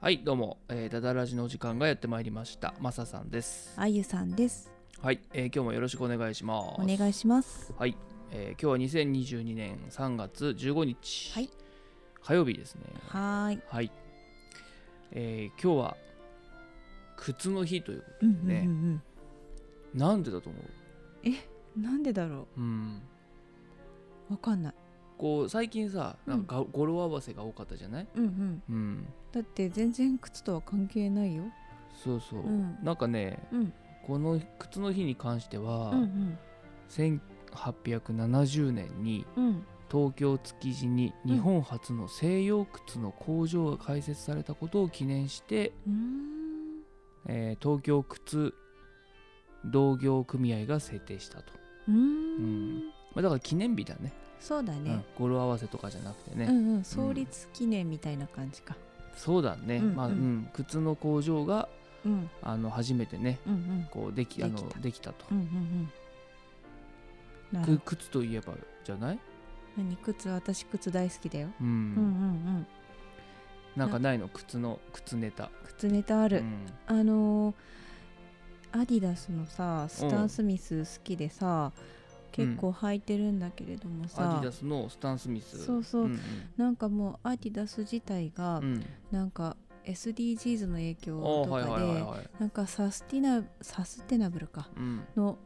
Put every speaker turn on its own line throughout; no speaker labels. はいどうも、えー、ダダラジのお時間がやってまいりましたマサさんです
あゆさんです。
はい、えー今日もよろしくお願いします
お願いします。
はい、えー今日は2022年3月15日、
はい
火曜日ですね
はーい。
はい、えー今日は靴の日という
うんうん
ね
うん
なんでだと思う
うん。なんでだろ
うん
う。わかんない。
こう最近さなんかが語呂合わせが多かったじゃない
うんうん。
うん
だって全然靴とは関係ないよ。
そうそう、
うん
なんかね
うん
この靴の日に関しては、
うん
1870年に
うんうん。
東京築地に日本初の西洋靴の工場が開設されたことを記念して、
うーん
えー東京靴同業組合が制定したと、
うー
うんん。まあ、だから記念日だね
そうだ
うん
ね。
語呂合わせとかじゃなくてね、
うんうん。創立記念みたいな感じか。
そうだね、
うん
まあ、う
うん
ん、靴の工場が
うん
あの初めてね
うんうん
こうできあの
できた
できたと、
うんうんうん。な
く
る
靴といえばじゃない、
何靴私靴大好きだよ。
うん
うんうんうん。
なんかないの靴の靴ネタ
靴ネタあ
う
る。
ん
あのーアディダスのさスタン・スミス好きでさ、結構履いてるんだけれども
ア
さ、
ディダスのスタン・スミス
そうそう
うん
なんかもうアディダス自体が、
うんうん
なんか SDGs の
あ
影
ー
響と
はい
か
はいはい
で
はい
なんかサスティナサステナブルか
うん
の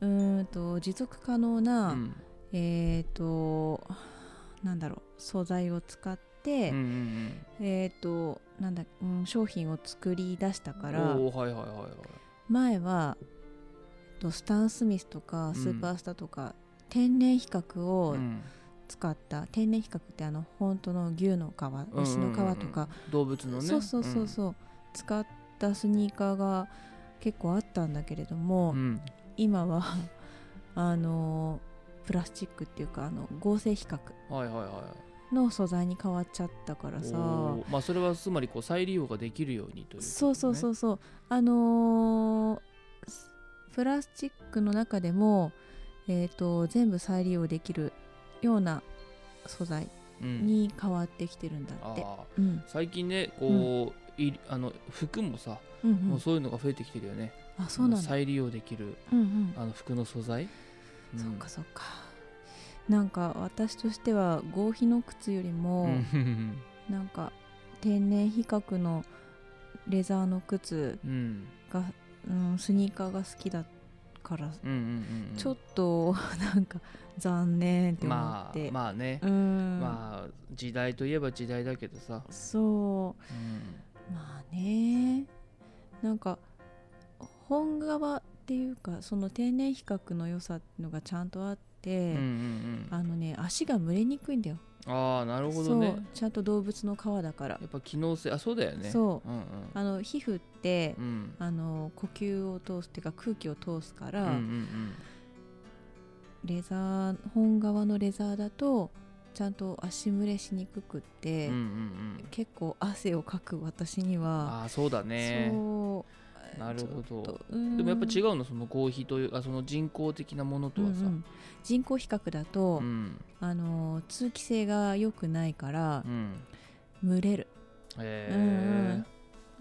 うーんと持続可能
う
な、
ん
えっ、となんだろう素材を使って、
うんうん
えっ、となんだ、うん、商品を作り出した
う
か
ん
ら。
おーはいはいはいはい
前はえっとスタン・スミスとか
ん
スーパースターとか、天然比較を
うん
使った、天然比較ってあの本当の牛の皮牛の皮とか、
うんうんうん動物のね
そうそうそうそう、使ったスニーカーが結構あったんだけれども、
うん
今は あのプラスチックっていうかあの合成比較
うんはいはいは
の素材に変わっちゃったから
い
さ
おーまあそれはつまりこう再利用ができるようにということね
そうそうそううそうあのーすプラスチックの中でも、えー、と全部再利用できるような素材
に
に変わってきてるんだって、
あー
うん
最近ねこういあの服もさ
うんうん
もうそういうのが増えてきてるよね
あそうなんだ、
再利用できる
うんうん
あの服の素材ん
そっかそっかなんか私としては合皮の靴よりも、
うん
なんか天然比較のレザーの靴
うん
が、うん、スニーカーが好きだから
うんうんうんうん
ちょっと なんか残念って思
ま
っ
あ
て、
まあね、
うん、
まあ時代といえば時代だけどさ、
そ
うん
うまあねなんか本側っていうかその天然比較の良さっていうのがちゃんとあっ
う
て、
んうんうん、
あのね足が蒸れにくいんだよ
ああなるほどね
そうちゃんと動物の皮だから
やっぱ機能性あそうだよね、
そう
うん
あの皮膚って
うん、うん
あの呼吸を通すっていうか空気を通すから、
うんうん
レザー本側のレザーだとちゃんと足蒸れしにくくっ
う
て、
んうんうん
結構汗をかく私には
ああそうだね
そう
なるほど
ちょっとうーん
でもやっぱ違うのそのコーヒーというあその人工的なものとはさ、
うんうん人工比較だと、
うん
あのー通気性が良くないから
うん
蒸れる
へ
うんう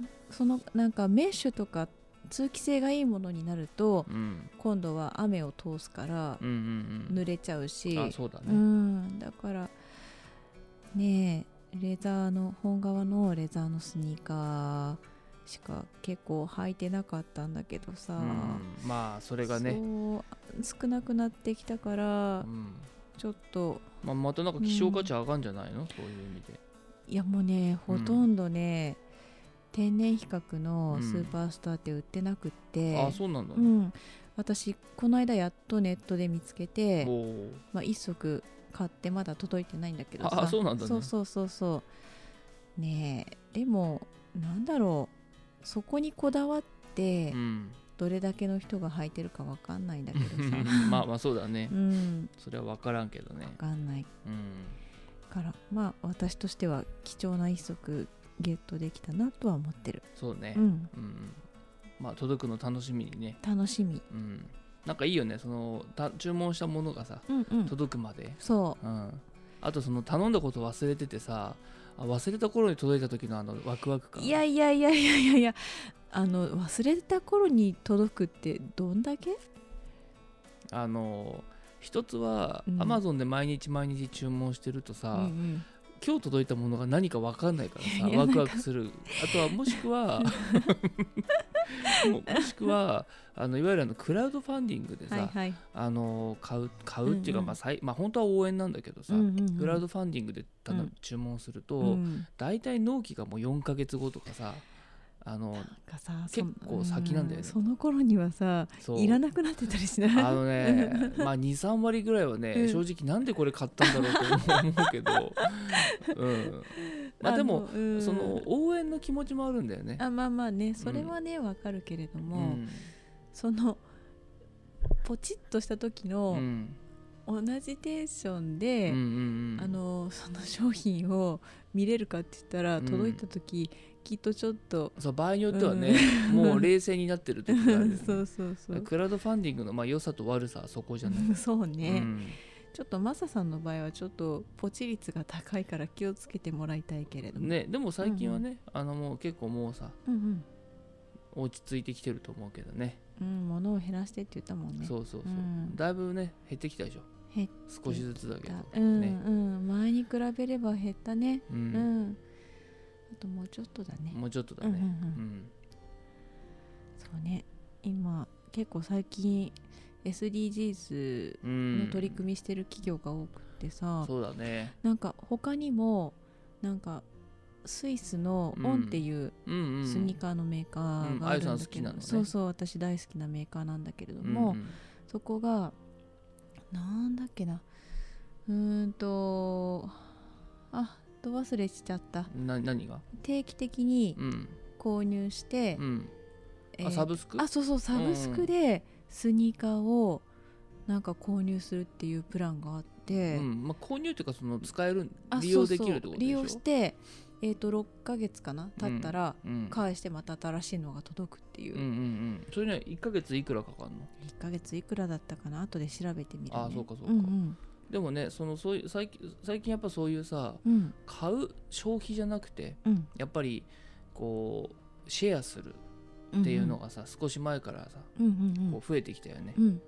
え
んそのなんかメッシュとか通気性がいいものになると
うん
今度は雨を通すから
うんうん
濡れちゃうし、
うんあそうだ
う
ね
んだからねえレザーの本革のレザーのスニーカーしか結構履いてなかったんだけどさ、
うんまあそれがね
そう少なくなってきたから
うん
ちょっと
まあ、またなんか希少価値上がんじゃないの、そういう意味で
いやもうね
うん
ほとんどね、天然比較
う
の
ん
スーパースターって売ってなくって、
あそうなんだ
う
ね、
ん私この間やっとネットで見つけて、
おー
まあ、一足買ってまだ届いてないんだけどさ
あそうなんだね
そうそうそうそうねえでもなんだろうそこにこだわって、
うん
どれだけの人が履いてるかわかんないんだけどさ
まあまあそうだね
うん
それは分からんけどね
わかんない
うん
からまあ私としては貴重な一足ゲットできたなとは思ってる、
そうね
うん、
うん、まあ届くの楽しみにね
楽しみ、
うんなんかいいよねそのた注文したものがさ
うんうん、
届くまで
そ
うんあとその頼んだこと忘れててさあ忘れた頃に届いた時のあのワクワク感
いやいやいやいやいやいやあの忘れた頃に届くってどんだけ
あの一つは、
うん
アマゾンで毎日毎日注文してるとさ、
うん
今日届いたものが何か分かんないからさ
いや
ワクワクするあとはもしく はもうもしくはあのいわゆるあのクラウドファンディングで
う
さ、
ん、はいはい
あの買う買うっていうか、
うんうん
まあさいまあ、本当は応援なんだけどさ、
うんうんうん
クラウドファンディングで頼む
うん
注文する
う
と、
ん、
大体納期がもう4ヶ月後とかさあの
なんかさ
結構先なんだよね
そ,、その頃にはさ
そう
いらなくなってたりしない
あのね まあ23割ぐらいはね、
うん
正直なんでこれ買ったんだろうと思う思うけど、うん、まあでも
あのうん
その応援の気持ちもあるんだよね。
あまあまあねそれはねわ、かるけれど
う
も、
ん
そのポチッとした
う
時
んう
の
ん
同じテンション
う
で、
ん
あのその商品を見れるかって言ったら、
うん
届いた時きっとちょっと、
そう場合によってはね、もう冷静になってる時があるよね
そうそうそう
クラウドファンディングのまあ良さと悪さはそこじゃない。
そうね、
うん
ちょっとマサさんの場合はちょっとポチ率が高いから気をつけてもらいたいけれども、
ね、でも最近はね、あのもう結構もうさ
うん
落ち着いてきてると思うけどね
うんうん、物を減らしてって言ったもんね
そうそうそう、
うん
だいぶね減ってきたでしょ
減っ
少しずつだけど
だうん、
ね、
うん前に比べれば減ったね
う
うん、
ん
あともうちょっとだね
もうちょっとだ
うんうんう
ね、うん
ん、そうね今結構最近 SDGs
うん
の取り組みしてる企業が多くってさ、
そうだね
なんか他にもなんかスイスのオンっていう、
うんうん
スニーカーのメーカーがあるんだ
うんあゆさん好
け
き
ど、
なのね
そうそう私大好きなメーカーなんだけれど
うんうん
も、そこがなんだっけなうーんとあど忘れしちゃった
な何が
定期的に
うん
購入して、
うん
えー
あサブスク
あそうそうサブスクでスニーカーをなんか購入するっていうプランがあって、
うんまあ、購入っていうかその使える
あ
利
そ
用
うそう
できるってことでしょ
利用して、えー、と6ヶ月かな経ったら、
うん
返してまた新しいのが届くっていう
うんうんうんそれね1ヶ月いくらかかるの
1ヶ月いくらだったかな後で調べてみる、ね、
あそうかそうか
んうん
でもねそのそういう最近最近やっぱそういうさ
うん
買う消費じゃなくて
うん
やっぱりこうシェアする
うん
っていうのがさ、少し前からさ
うんうん
こう増えてきたよね
う、んうん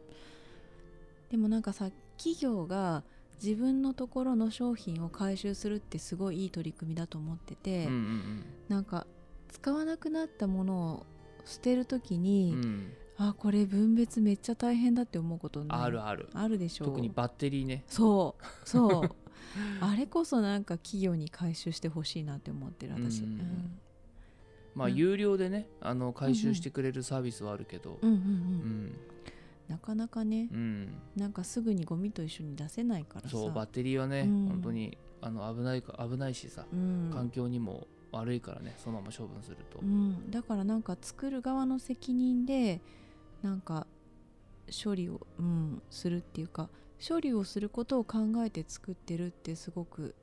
でもなんかさ企業が自分のところの商品を回収するってすごいいい取り組みだと思って
う
て、
ん、うん
なんか使わなくなったものを捨てるとき
うん
に、
うんうん
あこれ分別めっちゃ大変だって思うことない
あるある
あるでしょう
特にバッテリーね
そうそう あれこそなんか企業に回収してほしいなって思ってる私、
うん
うん
まあ
うん
有料でねあの回収してくれるサービスはあるけど
うんうん
う
うん、
ん
なかなかね
う、ん
なんかすぐにゴミと一緒に出せないからさ
そうバッテリーはね
うん
本当にあの危ないか危ないしさ
うん
環境にも悪いからねそのまま処分すると
うん、だからなんか作る側の責任でなんか処理を、うん、するっていうか処理をすることを考えて作ってるってすごく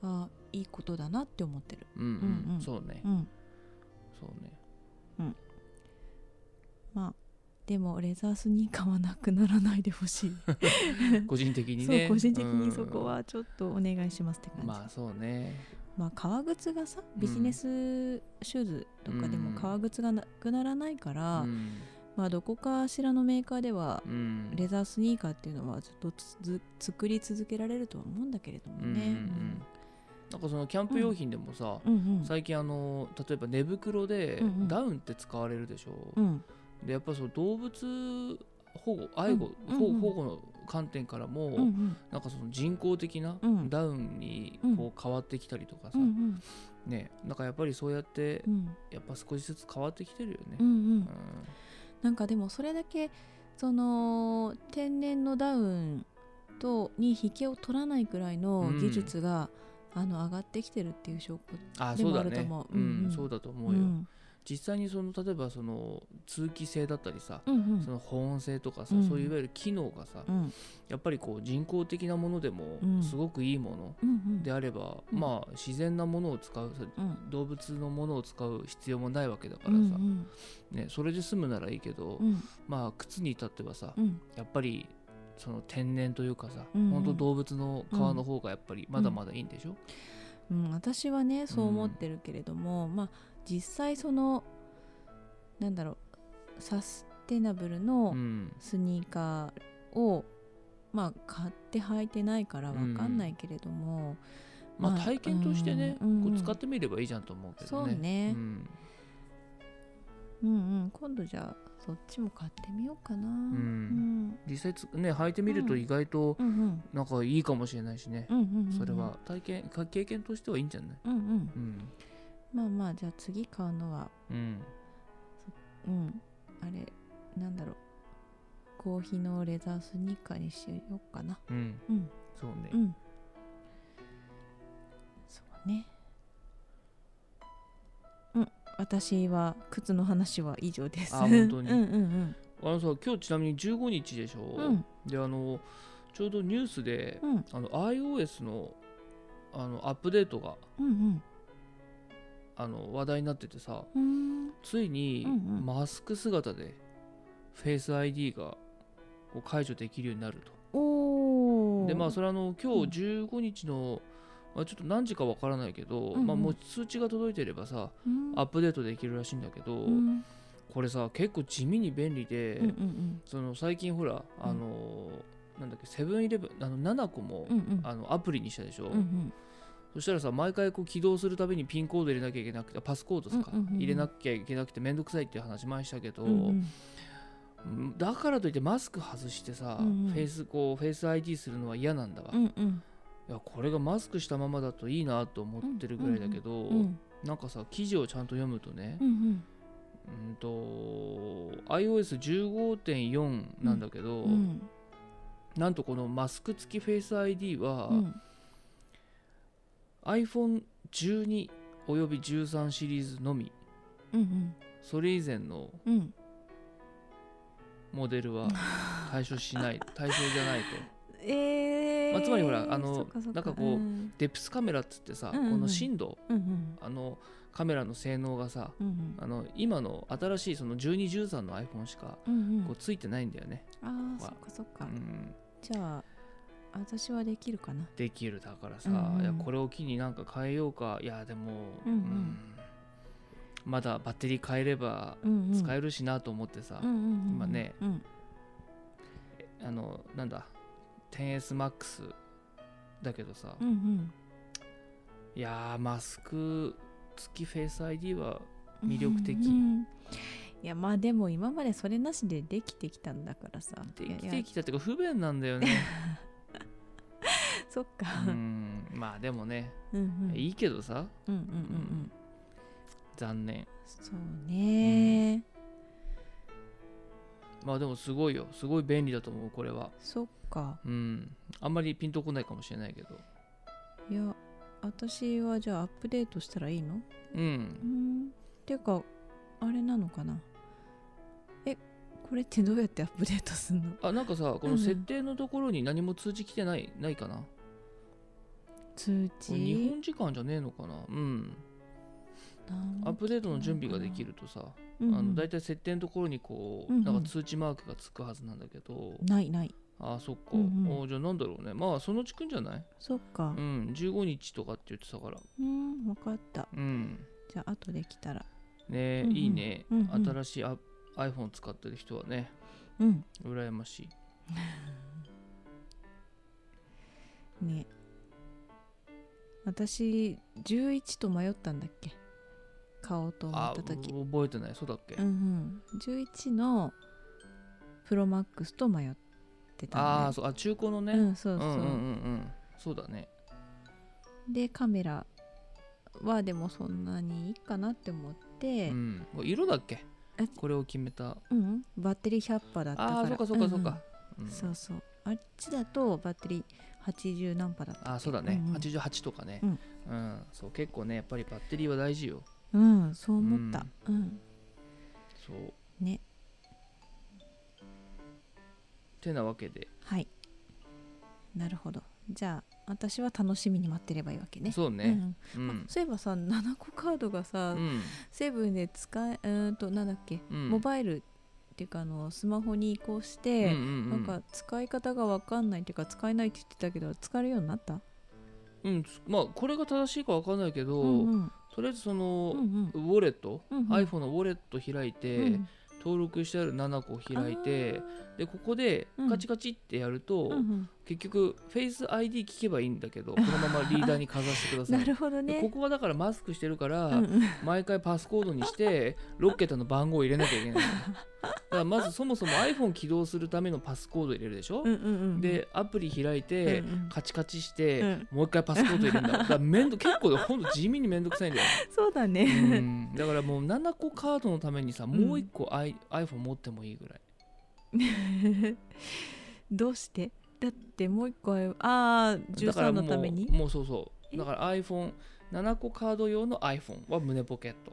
あいいことだなって思ってる、
うん
うん
う
うんん
そうね
うん、
そうね
まあでもレザースニーカーはなくならないでほしい、
個人的に
そう
ね
個人的に
うん
そこはちょっとお願いしますって感じ、
まあそうね
まあ革靴がさ
ん
ビジネスシューズとかで
う
も
ん
革靴がなくならないから、
うん
まあどこかしらのメーカーでは
うん
レザースニーカーっていうのはずっとつづ作り続けられるとは思うんだけれども
うんうんう
ね。
んなんかそのキャンプ用品でもさ
うんうん
最近あの例えば寝袋で
うんうん
ダウンって使われるでしょ
うん
でやっぱその動物保護愛護、
うん
保
うんうん
保護の観点からも、
うんうん
なんかその人工的な
うん
ダウンに
うん
こう変わってきたりとかさ、
うんうん
ねなんかやっぱりそうやって
うん
やっぱ少しずつ変わってきてるよね
う。んうん
う、ん
なんかでもそれだけその天然のダウンとに引けを取らないくらいの技術が、あの上がってきてるっていう証拠
あ
で
そ
も
うだ
あると
ね
思う
う
うんうんん
そうだと思
う
うよ、
ん
実際にその例えばその通気性だったりさ、
うんうん
その保温性とかさ、
うん
そういういわゆる機能がさ、
うん
やっぱりこう人工的なものでも
うん
すごくいいもの
うんうん
であれば、
うん
まあ自然なものを使うさ
うん
動物のものを使う必要もないわけだからさ、
うんうん
ね、それで済むならいいけど、
うん
まあ靴に至ってはさ、
うん
やっぱりその天然というかさ、
うんうん
ほんと動物の皮の方がやっぱりまだまだいいんでしょ、
うん、私はねそう思ってるけれども、まあ実際そのなんだろうサステナブルの
うん
スニーカーを、まあ買って履いてないからわかんないけれども、
まあ
まあ
体験としてね、
うん
こう使ってみればいいじゃんと思うけどね
そうね
ん
うんうん今度じゃあそっちも買ってみようかな、うん
ん実際つね履いてみると意外と
うん、うん
なんかいいかもしれないしね、
うんうんうん
それは体験か経験としてはいいんじゃない
うんうん
うん
まあまあじゃあ次買うのは
うん
うんあれなんだろうコーヒーのレザースニーカーにしようかな
うん
うん
そうね、
うんそうねうん私は靴の話は以上です
あ本当に
うんうん
あのさ今日ちなみに15日でしょ、
うんうん
であのちょうどニュースで、
うん
あの iOS のあのアップデートが
うん
あの話題になっててさ
うんうん
ついに
うんうん
マスク姿でフェイス ID がこう解除できるようになると。
おお
でまあそれはあの今日15日の、まあ、ちょっと何時かわからないけど、
うんうん
まあ、もう通知が届いてればさ
うん
アップデートできるらしいんだけど、
うん
これさ結構地味に便利で、
うんうん
その最近ほらあの、なんだっけセブンイレブンあの7個も、
うんうんうん
あのアプリにしたでしょ、
うんうん
そしたらさ毎回こう起動するたびにピンコード入れなきゃいけなくてあパスコードですか、
うんうんうんうん
入れなきゃいけなくてめんどくさいっていう話前にしたけど、
うんうん
うんだからといってマスク外してさ、
うんうん
フェイスこうフェイス ID するのは嫌なんだわ、
うんうん
いやこれがマスクしたままだといいなと思ってるぐらいだけど、
うん
なんかさ記事をちゃんと読むとね
う、ん
うん、と iOS15.4 なんだけど、
うん
なんとこのマスク付きフェイス ID は、
うん、
iPhone12 および13シリーズのみ
うん
それ以前の
うんうん
モデルは 対象しない対象じゃないと
えー
まあつまりほらあの
そっそっ
なんかこう
うん
デプスカメラっつってさ、
うんうんうん
この深度
うん
あのカメラの性能がさ
うんうん
あの今の新しいその1213の iPhone しか
うんうん
こうついてないんだよね、
あーそっかそっ
う
か、
ん、
じゃあ私はできるかな
できるだからさ、
うんうん
いやこれを機になんか変えようかいやでも、
うんうん
まだバッテリー変えれば
うんうん
使え
る
るしなと思ってさ、
うんうんうんうん、
今ね
うん
あのなんだ 10SMAX だけどさ、
うんうん
いやーマスク付きフェイス ID は魅力的
うんいやまあでも今までそれなしでできてきたんだからさ
で
いやい
き
や
てきたっていうか不便なんだよね
そっか
う、んまあでもね、
うんうん、
いいけどさ
うんうんうんうん
残念
そうね、
まあでもすごいよすごい便利だと思うこれは
そっか
うんあんまりピンとこないかもしれないけど
いや私はじゃあアップデートしたらいいの
う
うんんていうかあれなのかなえこれってどうやってアップデートす んの
あなんかさこ
うんう
の
ん
設定のところに何も通知来てないないかなこ
通知
れ日本時間じゃねえのかなうん
なん
アップデートの準備ができるとさ
う
あ
んうん
の大体設定のところにこう
うんうん
なんか通知マークがつくはずなんだけど
ないない
あそっか
うんうん
おじゃあなんだろうねまあそのうち来んじゃない
そっか
うん15日とかって言ってたから
うんわかった
うん
じゃあ後で来たら
ねえ
うんうん
いいね
うんうん
新しいア iPhone 使ってる人はね
うん
羨ましい
ね私11と迷ったんだっけ買おうと思
あ
った時
う覚えてないそうだっけ
うんうん11のプロマックスと迷ってた
ああ
のね
そうあ中古のね、
う
うん、
んそううん
う
そ
んうんう
うん
そうだね
でカメラはでもそんなにいいかなって思っ
う
て、
んこれ色だっけ
え
これを決めた
うんバッテリー100パーだったから
ああーそうかそうかそう
うん
か、
う
うんん
そうそうあっちだとバッテリー80何パーだった
あーそうだね、
うんうん
88とかね
うん、
うん、そう結構ねやっぱりバッテリーは大事よ
うんそう思ったうん、
そう
ね
てなわけで、
はいなるほどじゃあ私は楽しみに待ってればいいわけね
そうねう
うんん
う
うんあ
ん、
そういえばさ7個カードがさ、
うん
セブンで使えうーんとなんだっけ、
うん
モバイルっていうかあのスマホに移行して、
うんうん
なんか使い方がわかんないっていうか使えないって言ってたけど使えるようになった
うん、つまあこれが正しいかわかんないけど、
うんうん
とりあえずそ
うん
の、
うん
ウォレット、
うんうん
iPhone のウォレット開いて、
うん
登録してある7個開いて
あ
でここで
うん
カチカチってやると、
ーうん
結局 FaceID 聞けばいいんだけ どこのままリーダーにかざしてくだ
うん
さい
なるほど
でこ
ね。
こはだからマスクしてるから、
うんうん
毎回パスコードに して6桁の番号を入れなきゃいけないのだからまずそもそも iPhone 起動するためのパスコード入れるでしょ、
うんうんうん
でアプリ開いて、
うんうん
カチカチして、
うん
もう一回パスコード入れるん だだからめんど結構ほんと地味にめんどくさいんだよ、
そうだ
う
ね。
ん、だからもう7個カードのためにさもう一個 i、iPhone 持ってもいいぐらい
どうしてだってもう一個あるあー
だから
13
も
の
う
ために
もうそうそ
え
うだから iPhone7 個カード用の iPhone は胸ポケット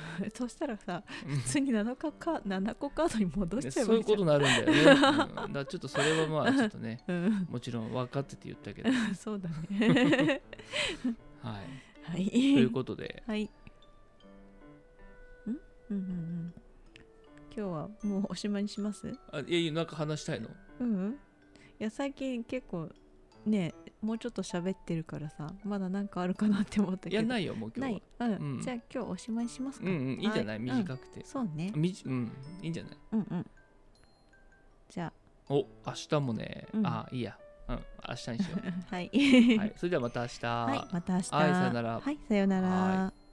そしたらさ
うん
普通に7個か7個カードに戻し
ね
ちゃえ
そ
ば
う
い
いう
いじゃ
こ
ん
とになるんだよね、うんだからちょっとそれはまあちょっとね
うん
もちろん分かってて言ったけど
そうだ ね
はい
は
と
い
いうことで
はいんうんうんうん今日はもうおしまいにします
あいやいやなんか話したいの
うんうんいや最近結構ねもうちょっと喋ってるからさまだなんかあるかなって思ったけ
い
ど
やないよもう今
な、
日はい
うん
うん
じゃあ今日おしまいにしますか
うんうんいいんじゃない、
は
短くて、
そうね
みじうんいいんじゃない
うんうんじゃ
お明日もね、
うん
あいいやうん明日にしよ
あはい、
うはいそれではまた明日、
はい、また明日
はいさよなら
はいさよなら
は